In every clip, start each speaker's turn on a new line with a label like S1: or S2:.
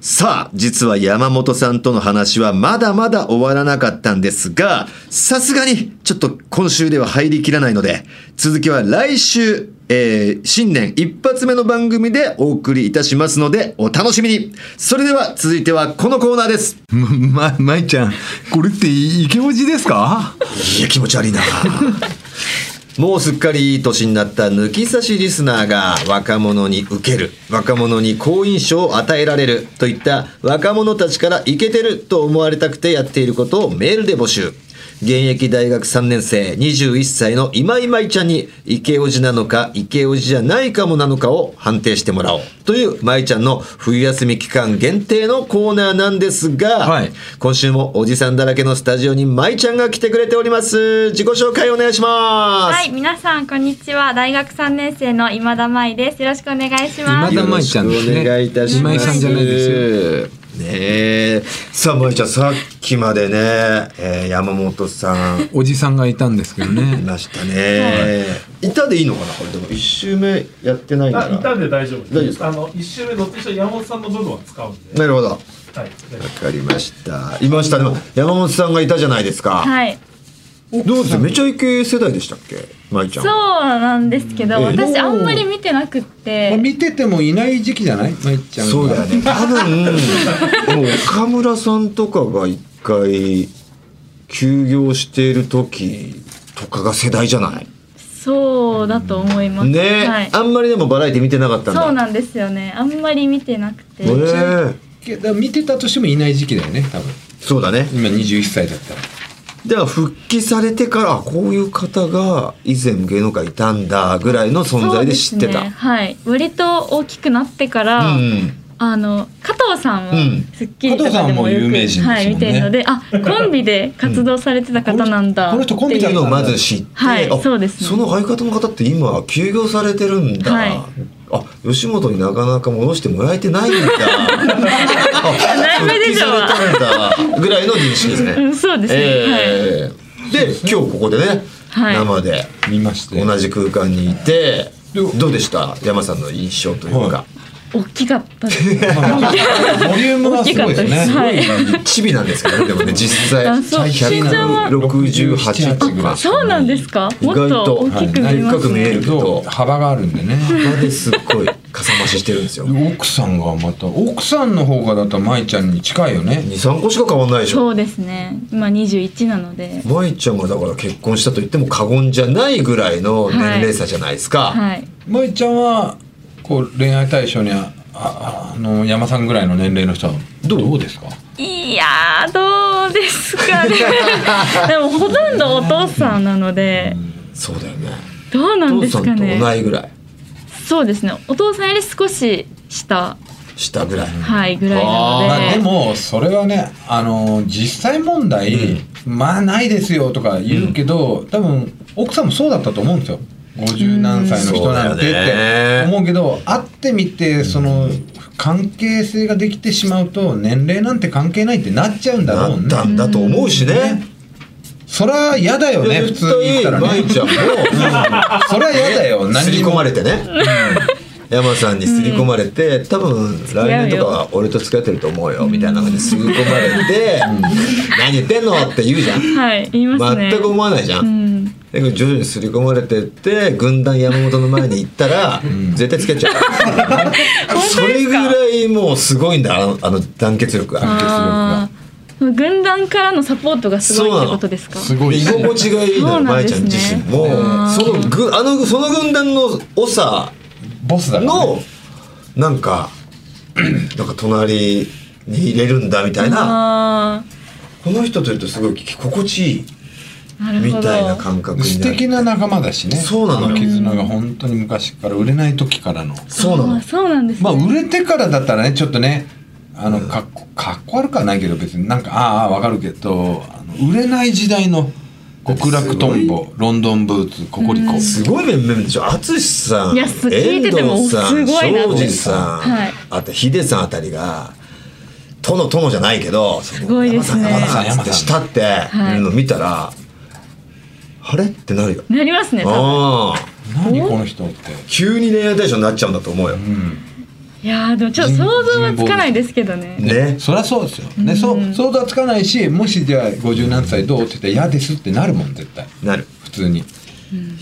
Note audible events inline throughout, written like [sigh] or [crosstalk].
S1: さあ、実は山本さんとの話はまだまだ終わらなかったんですが、さすがにちょっと今週では入りきらないので、続きは来週、えー新年一発目の番組でお送りいたしますので、お楽しみにそれでは続いてはこのコーナーです。
S2: [laughs] ま、まいちゃん、これってイケオジですか
S1: いや、気持ち悪いな。もうすっかりいい年になった抜き差しリスナーが若者に受ける、若者に好印象を与えられるといった若者たちからイケてると思われたくてやっていることをメールで募集。現役大学3年生21歳の今井舞ちゃんにイケオジなのかイケオジじゃないかもなのかを判定してもらおうという舞ちゃんの冬休み期間限定のコーナーなんですが、
S2: はい
S1: 今週もおじさんだらけのスタジオに舞ちゃんが来てくれております自己紹介お願いします
S3: はい、皆さんこんにちは。大学三年生の今田舞です。よろしくお願いしま
S2: 今
S3: す。
S2: 田舞ちゃんです
S1: よろ
S2: ね
S1: しくお願いいたします
S2: 今井さんじゃないです
S1: よねえさあ舞ちゃんさっきまでね、えー山本さんい
S2: おじさんがいたんですけど [laughs] ね。
S1: ましたね、い、たでいいのかなこれでも一周目やってないから
S4: あ、いたんで大丈夫
S1: 大丈夫ですか
S4: あの、一周目乗ってきた山本さんの部分は使うんで。
S1: なるほどわ
S4: はい。大丈
S1: かりましたいましたでも山本さんがいたじゃないですか、
S3: はい、
S1: どうですめちゃイケ世代でしたっけ舞ちゃ
S3: そうん
S1: は
S3: なんですけど、
S1: ええ
S3: 私あんまり見てなくって、
S2: 見ててもいない時期じゃないまいちゃんが
S1: そうだよね多分もう岡村さんとかが一回休業している時とかが世代じゃない
S3: そうだと思います。
S1: ねえ、
S3: はい、
S1: あんまりでもバラエティ見てなかったんだ
S3: そうなんですよね。あんまり見てなくて、
S1: ねえ
S2: けど見てたとしてもいない時期だよね、多分。
S1: そうだね
S2: 今21歳だったら。
S1: では復帰されてからあこういう方が以前芸能界いたんだぐらいの存在で知って
S3: そう
S1: た
S3: すねはい、割と大きくなってから、
S1: うん
S3: あの加藤さんは
S1: うん
S3: スッキリとかでも
S2: 加藤さんも
S3: よく、
S2: 有名人ですもんね
S3: はい見てるので、あコンビで活動されてた方なんだ
S2: この人この人コンビ
S1: って
S2: だ
S1: いうのをまず知って、
S3: はい
S1: あ
S3: そうですね
S1: その相方の方って今休業されてるんだ、
S3: はい
S1: あ吉本になかなか戻してもらえて
S3: [laughs]
S1: ないんだあ
S3: ない目でしょ
S1: 復帰されたんだぐらいの認識ですね、
S3: うんそうですね、はい。
S1: えーで今日ここでね、
S3: はい
S1: 生で
S2: 見まして。
S1: 同じ空間にいて
S2: で
S1: どうでした山さんの印象というか、
S3: 大きかっ
S1: [laughs]
S3: たです
S2: ボリュームがすごいです
S3: 大きかったですは
S2: ね。
S3: い
S1: チビなんですけどねでも
S3: [laughs]
S1: ね実際
S3: あそう身長は
S1: 168ぐらい
S3: あそうなんですかもっと大きく見えま
S1: はいでっか
S3: す
S1: く見え
S3: ね
S1: るけど
S2: 幅があるんでね。
S1: なんですっごいかさ増ししてるんですよ
S2: 奥さんがまた、奥さんの方がだったらまいちゃんに近いよね。
S1: 23個しか変わんないでしょ
S3: そうですね今21なので
S1: 舞ちゃんがだから結婚したと言っても過言じゃないぐらいの年齢差じゃないですか、
S3: はい
S2: まいちゃんはこう恋愛対象にあああの山さんぐらいの年齢の人はどうどうですか
S3: いやーどうで
S1: [laughs]
S3: すかねでもほとんどお父さんなので
S1: そうだよね
S3: どうなん
S1: お
S3: で
S1: 父
S3: す
S1: さん
S3: か
S1: と
S3: ね
S1: 同いぐらい
S3: そうですねお父さんより少し下
S1: 下ぐらい、
S3: はいぐらい
S2: まあ、
S3: な
S2: で
S3: ので
S2: もそれはねあの実際問題、まあないですよとか言うけど、多分奥さんもそうだったと思うんですよ50何歳の人なん
S1: うん
S2: てっ
S1: そうだよね
S2: て思うけど会ってみてその関係性ができてしまうと年齢なんて関係ないってなっちゃうんだ
S1: な
S2: ろう
S1: っ
S2: ね
S1: たんだと思うしね、
S2: そりゃ嫌だよね普
S1: 絶
S2: 通に言った
S1: 対
S2: らね
S1: 舞ちゃんも
S2: [laughs] そりゃ嫌だよ
S1: す
S2: 何
S1: り
S2: に
S1: 込
S2: も
S1: まれてね、山さんにすり込まれて、多分来年とかは俺と付き合ってると思うよみたいな感じですり込まれて「何言ってんの?」って言うじゃん
S3: はい言いますね
S1: 全く思わないじゃ、
S3: うんん
S1: だけど徐々にすり込まれてって軍団山本の前に行ったら、絶対つけちゃうそれぐらいもうすごいんだあのあの団結力が
S3: あー軍団からのサポートがすごいってことですか
S2: すごい
S1: 居
S2: し
S1: 心地がいい
S3: そ
S1: の
S3: うなん
S1: 舞
S3: で
S1: ちゃ
S3: す
S1: ん
S3: ね
S1: 自身もそのぐあのその軍団の長
S2: ボスだから、ね、
S1: のなんか [clears throat] なんか隣に入れるんだみたいな
S3: あ
S1: この人といるとすごい心地いい
S3: ーなるほ
S1: み
S3: ど
S1: たいな感覚に
S2: 素
S1: なる
S2: 敵な仲間だしね
S1: そうなのよ
S2: あ絆が本当に昔から売れない時からの
S1: そうな
S3: あ
S1: の
S3: ーそうなんですね
S2: まあ売れてからだったらねちょっとねあのかっこかっこ悪くはないけど別になんかあーあーわかるけどあの売れない時代の極楽とんぼロンドンブーツココリコ
S1: すごい面々でしょ淳さん
S3: いやす聞いてても
S1: 遠藤さ
S3: す
S1: ん
S3: ごいなと思
S1: 庄
S3: って
S1: 司さん、
S3: はい
S1: あとヒデさんあたりが殿殿じゃないけどす
S3: ごいですね
S1: 山さん山さんって慕っているの見たら、あれってなるよ、
S3: なりますね多分
S1: ああ
S2: 何この人って
S1: 急に恋愛対象になっちゃうんだと思うよ、
S3: いやーでもちょっと想像はつかないですけどね。
S1: ね
S2: そりゃそうですよ、ねそう想像はつかないしもしじゃあ50何歳どうって言ったら嫌ですってなるもん絶対
S1: なる
S2: 普通に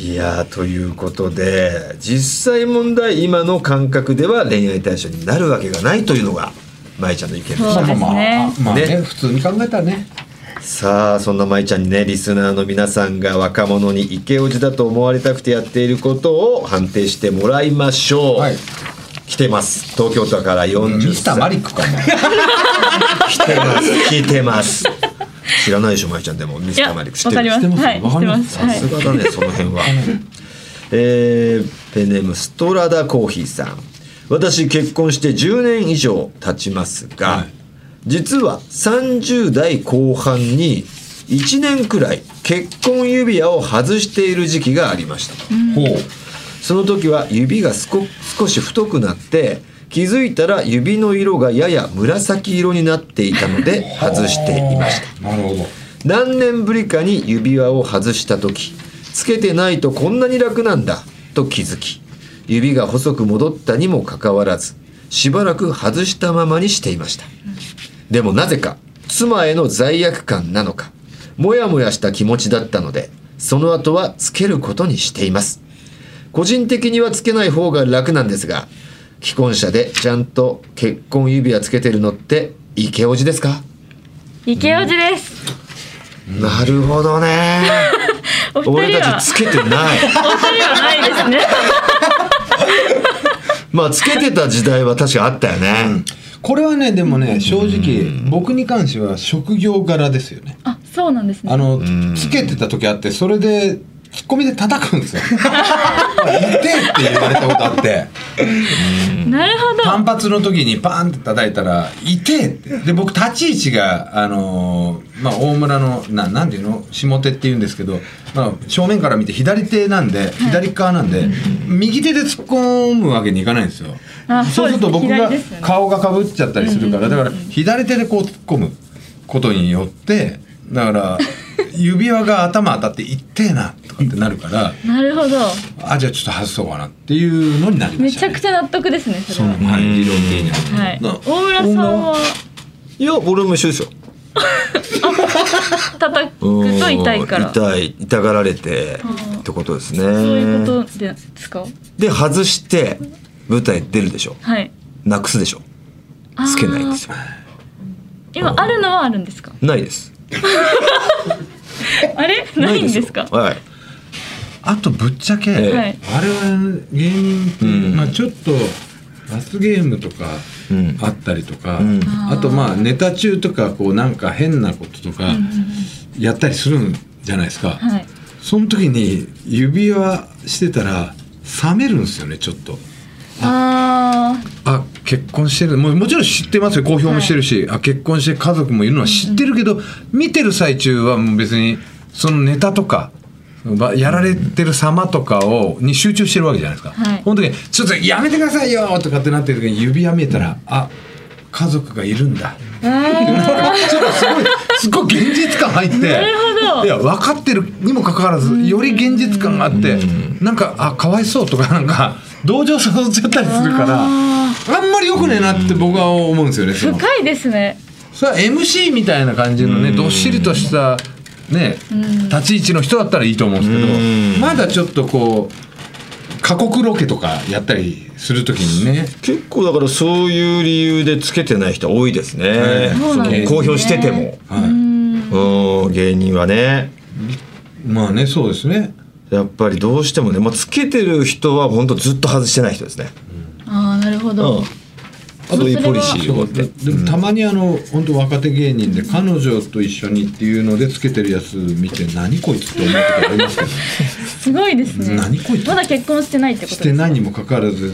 S1: いやーということで実際問題今の感覚では恋愛対象になるわけがないというのが舞ちゃんの意見でし
S3: そ
S1: た
S3: うですね
S2: まあまあまあ
S1: ね
S2: ね普通に考えたらね
S1: さあそんな舞ちゃんにねリスナーの皆さんが若者にイケオジだと思われたくてやっていることを判定してもらいましょう、
S2: はい
S1: 来てます東京都から40歳
S2: ミスターマリッ
S1: [laughs]
S2: クかも
S1: 来てます聞いてます知らないでしょ舞ちゃんでもミス
S3: い
S1: ター
S3: や、わ
S1: マリック知って
S3: かります。はい、知
S2: わ
S3: っ
S2: か
S3: て
S2: りま
S3: ますす。
S1: さ
S3: はい
S1: す。がだね、その辺は。えーペンネームストラダコーヒーさん。私結婚して10年以上経ちますが、
S2: はい
S1: 実は30代後半に1年くらい結婚指輪を外している時期がありましたと。
S2: ほう
S1: その時は指がすこ少し太くなって気づいたら指の色がやや紫色になっていたので外していました。
S2: なるほど
S1: 何年ぶりかに指輪を外した時つけてないとこんなに楽なんだと気づき指が細く戻ったにもかかわらずしばらく外したままにしていましたでもなぜか妻への罪悪感なのかモヤモヤした気持ちだったのでその後はつけることにしています個人的にはつけない方が楽なんですが既婚者でちゃんと結婚指輪つけてるのってイケオジですか、
S3: 池尾寺です。
S1: なるほどね
S3: お二人
S1: 俺た
S3: は
S1: ち。つけて
S3: [laughs]
S1: ない
S3: お二人はないで
S1: [laughs]
S3: すね。
S1: まあつけてた時代は確かあったよね、
S2: これはねでもね正直僕に関しては職業柄ですよね
S3: あ、そうなんですね。
S2: あの
S1: ん
S2: つけてた時あってそれでツッコミで叩くんですよ痛えって言われたことあって
S3: なるほど。
S2: 単発の時にパーンって叩いたら「痛え」ってで僕立ち位置があのーまあ大村のななんていうの下手って言うんですけど、まあ、正面から見て左手なんで左側なんで右手で突っ込むわけにいかないんですよ
S3: あ
S2: そうすると
S3: そう
S2: 僕
S3: ですね
S2: が
S3: 左ですよね
S2: 顔がかぶっちゃったりするからだから左手でこう突っ込むことによってだから
S3: [laughs]
S2: 指輪が頭当たって「痛えな」とかってなるから
S3: なるほど。
S2: あじゃあちょっと外そうかなっていうのになりま
S3: め
S2: した、
S3: ちゃくちゃ納得ですね。そ
S2: そ
S3: れ
S2: の
S3: は。
S2: はい理論的には
S3: はい。
S2: な
S3: 大浦さんはい
S1: や俺も一緒ですよ
S3: 叩くと痛いから。
S1: 痛い痛がられて
S3: あ
S1: ってことですね
S3: そういうことですか。
S1: で外して舞台出るでしょ
S3: はい。
S1: なくすでしょ
S3: あー
S1: つけないんですよ
S3: 今あるのはあるんですか。
S1: ないです
S3: あれ、ないんですか
S1: な。い
S2: あとぶっちゃけ、
S1: え
S3: え
S2: 我々芸人って、
S1: うん
S2: まあ、ちょっと罰ゲームとか
S1: うん
S2: あったりとか、
S1: うん
S2: あとまあネタ中とかこうなんか変なこととかやったりするんじゃないですか、
S3: はい。
S2: その時に指輪してたら冷めるんですよねちょっと。
S3: ああ。
S2: あ結婚してるもうもちろん知ってますよ公表もしてるし、あ結婚して家族もいるのは知ってるけど、見てる最中はもう別にそのネタとかばやられてる様とかをに集中してるわけじゃないですか、
S3: はい
S2: 本当に「ちょっとやめてくださいよ!」とかってなってる時に指輪見えたら「あ家族がいるんだ」なんか [laughs] ちょっとすごいすごい現実感入って
S3: なるほど
S2: いや分かってるにもかかわらずより現実感があってなんかあかわいそうとかなんか [laughs] 同情させちゃったりするから。
S3: あ
S2: あんまり良くねえなって僕は思うんですよね。そ
S3: ー
S2: の
S3: 深いですね。
S2: それは MC みたいな感じのね、どっしりとしたね、立ち位置の人だったらいいと思うんですけど、まだちょっとこう過酷ロケとかやったりするときにね、
S1: 結構だからそういう理由でつけてない人多いですね
S2: はい
S3: そうなんです
S1: 公
S3: ね
S1: 表してても
S2: はい
S1: うん芸人はね
S2: まあねそうですね。
S1: やっぱりどうしてもね、まあ、つけてる人は本当ずっと外してない人ですね、
S3: ああ、なるほ
S1: う
S3: ど。
S1: ん、そういうポリシーを
S2: そ
S1: 持っ
S2: うで
S1: て
S2: でもたまにあの本当若手芸人で彼女と一緒にっていうのでつけてるやつ見て何こいつって思うとかありますけど、ね、
S3: すごいですね。
S2: 何こいつ
S3: まだ結婚してないってこと
S2: し
S3: です
S2: て
S3: ね。
S2: ないにもかかわらず、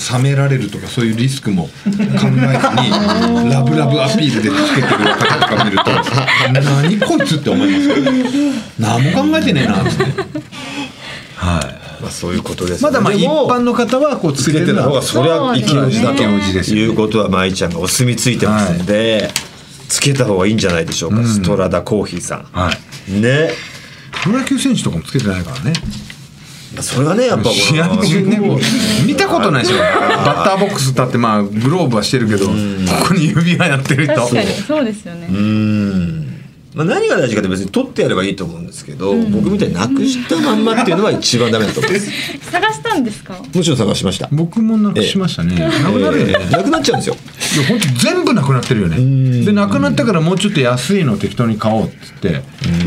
S2: さ冷められるとかそういうリスクも考え [laughs] ずにラブラブアピールでつけてる方とか見ると「何こいつ」って思いますよ何も考えてねえなっつってはい
S1: まあ、そういうことですね
S2: まだまあ
S1: で
S2: 一
S1: も
S2: 般の方はこうつ
S1: つ
S2: け
S1: け
S2: て
S1: て
S2: る
S1: た
S2: 方
S1: 方
S2: が
S1: がそりゃ生き
S3: そう
S1: の
S3: です
S1: 字
S3: ね
S1: だと
S3: 生き
S2: 字ですよね
S1: いうことは舞ちゃんがお墨付いてますんで、つけた方がいいんじゃないでしょうか、ストラダコーヒーさん
S2: はい
S1: ね
S2: プロ野球選手とかもつけてないからね
S1: それがねやっぱこ
S2: 試合中
S1: の
S2: ね、見たことないでしょ。バッターボックス立って、まあ、グローブはしてるけど、ここに指輪やってる人。
S3: 確かにそうですよね、
S1: うんまあ、何が大事かって別に取ってやればいいと思うんですけど、僕みたいになくしたまんまっていうのは一番ダメだと思います
S3: 探したんですか
S1: もちろん探しました
S2: 僕もなくしましたね。なくなるよね。
S1: えーなくなっちゃうんですよ
S2: いや本当全部なくなってるよねでなくなったからもうちょっと安いの適当に買おうっつって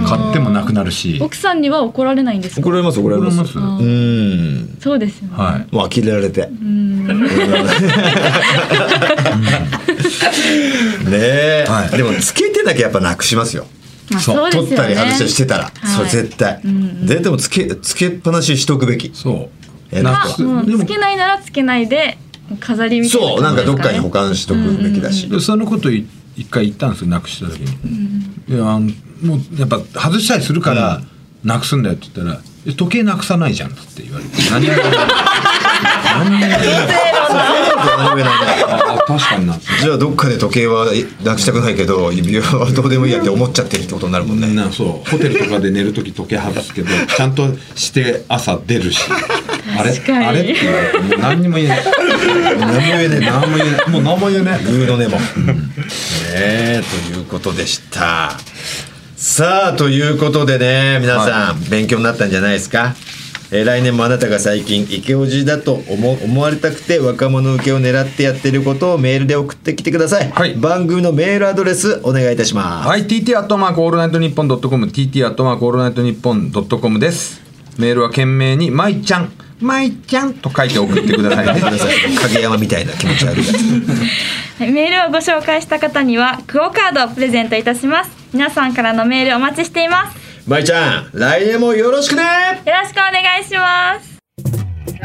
S2: 買ってもなくなるし
S3: 奥さんには怒られないんですか
S1: 怒られます怒られます
S2: 怒られま
S1: うん
S3: そうですよね、
S2: はい
S1: もう呆れられて [laughs] うんねえ、
S2: はい
S1: でもつけてなきゃやっぱなくしますよ
S3: まあ、そうですよ
S1: 取っ
S3: ね
S1: たり外したりしてたら、
S3: い
S1: それ絶対、
S3: うんうん
S1: ででもつけつけっぱなししとくべき
S2: そ
S1: え
S2: う
S1: なん
S2: な
S1: か
S2: く
S3: あ
S2: す
S3: も
S2: で
S3: うつけないならつけないで飾りみたいな
S1: そうなんかどっかに保管しとくべきだし、
S2: もそのことい一回言ったんですよなくした時にいやあのもうやっぱ外したりするからなくすんだよって言ったらえ時計なくさないじゃんっつって言われて何やら
S1: 何もいらない
S2: [laughs] あ確かにな
S1: じゃあどっかで時計はなくしたくないけど指輪はどうでもいいやって思っちゃってるってことになるもんね、
S2: なそうホテルとかで寝る時時計外す
S3: [laughs]
S2: けどちゃんとして朝出るしあれ
S3: 確かに
S2: あれって言われてもう何にも言えない
S1: 何も言えねえ
S2: 何も言えないもう何も言えない
S1: グーの根も。ねえということでした。さあということでね皆さん、勉強になったんじゃないですか、えー来年もあなたが最近イケオジだと思思われたくて若者受けを狙ってやってることをメールで送ってきてください、
S2: はい
S1: 番組のメールアドレスお願いいたします、
S2: はい、TT アットマークオールナイトニッポンドットコム、TT アットマークオールナイトニッポンドットコムです。メールは懸命に、まいちゃん、まいちゃんと書いて送ってくださいね。
S3: [laughs]
S1: 皆さん影山みたいな気持ち悪いやつ
S3: はいメールをご紹介した方にはクオカードをプレゼントいたします皆さんからのメールお待ちしていますよ
S1: まいちゃん来年もよろしくね
S3: ろしくお願いします
S5: 「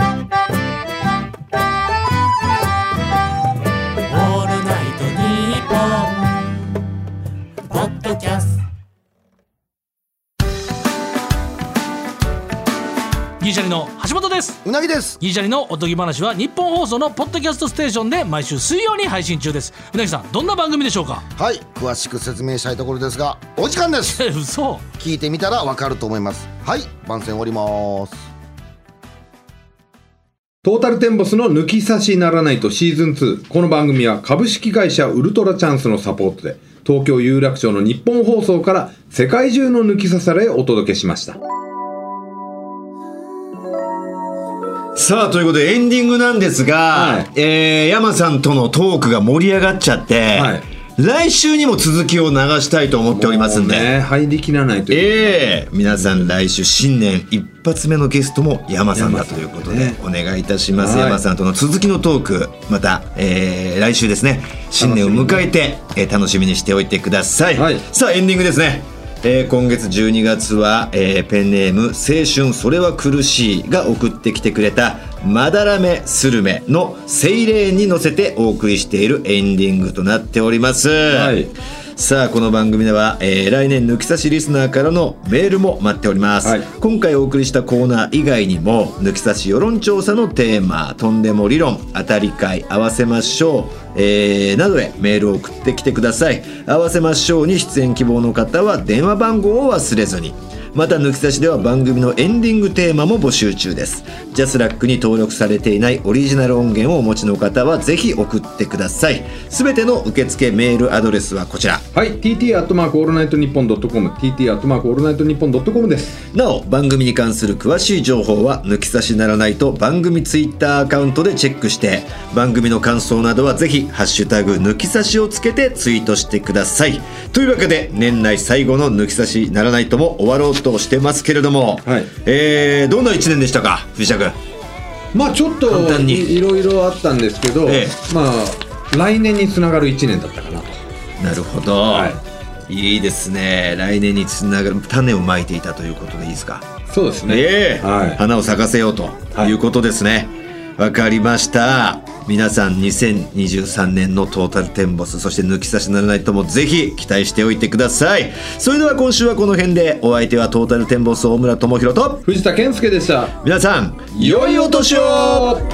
S5: オールナイトニッポン」「ポッドキャスト」
S6: ギリシャリの橋本です
S7: うなぎです
S6: ギリシャリのおとぎ話は日本放送のポッドキャストステーションで毎週水曜に配信中ですうなぎさんどんな番組でしょうか
S7: はい詳しく説明したいところですがお時間です
S6: え嘘
S7: 聞いてみたらわかると思いますはい番宣終わります
S2: トータルテンボスの抜き差しならないとシーズン2。この番組は株式会社ウルトラチャンスのサポートで、東京有楽町の日本放送から世界中の抜き差されお届けしました。
S1: さあということでエンディングなんですが、
S2: はい
S1: えー山さんとのトークが盛り上がっちゃって、
S2: はい
S1: 来週にも続きを流したいと思っておりますんで、
S2: もうね、入りきらないという。
S1: ええ皆さん来週新年一発目のゲストも山さんだ
S2: 山
S1: と
S2: さん
S1: いうことで、
S2: ね
S1: お願いいたします、
S2: はい
S1: 山さんとの続きのトークまた、えー来週ですね新年を迎えて楽し,、えー楽しみにしておいてください、
S2: はい
S1: さあエンディングですね、えー今月12月は、えーペンネーム「青春それは苦しい」が送ってきてくれた「まだらめスルメ」の「セイレーン」に乗せてお送りしているエンディングとなっております、
S2: い
S1: さあこの番組では、えー来年抜き差しリスナーからのメールも待っております、
S2: はい
S1: 今回お送りしたコーナー以外にも抜き差し世論調査のテーマ「とんでも理論」「当たり会」「合わせましょう」えーなどへメールを送ってきてください「合わせましょう」に出演希望の方は電話番号を忘れずにまた抜き差しでは番組のエンディングテーマも募集中ですジャスラックに登録されていないオリジナル音源をお持ちの方はぜひ送ってくださいすべての受付メールアドレスはこちら
S2: はい、TT アットマークオールナイトニッポンドットコム、TT アットマークオールナイトニッポンドットコムです。
S1: なお番組に関する詳しい情報は抜き差しならないと番組ツイッターアカウントでチェックして番組の感想などはぜひハッシュタグ抜き差し」をつけてツイートしてくださいというわけで年内最後の抜き差しならないとも終わろうとしてますけれども、
S2: はい
S1: えーどんな1年でしたか藤田君
S2: まあちょっと
S1: 簡単に
S2: いいろいろあったんですけど、
S1: ええ
S2: まあ来年につながる1年だったかなと
S1: なるほど、い、いですね来年につながる種をまいていたということでいいですか
S2: そうですね、
S1: ええ
S2: はい
S1: 花を咲かせようということですね。わ、かりました。皆さん2023年のトータルテンボスそして抜き差しならないともぜひ期待しておいてくださいそれでは今週はこの辺でお相手はトータルテンボス大村智広と
S2: 藤田健介でした
S1: 皆さん良いお年を
S5: 「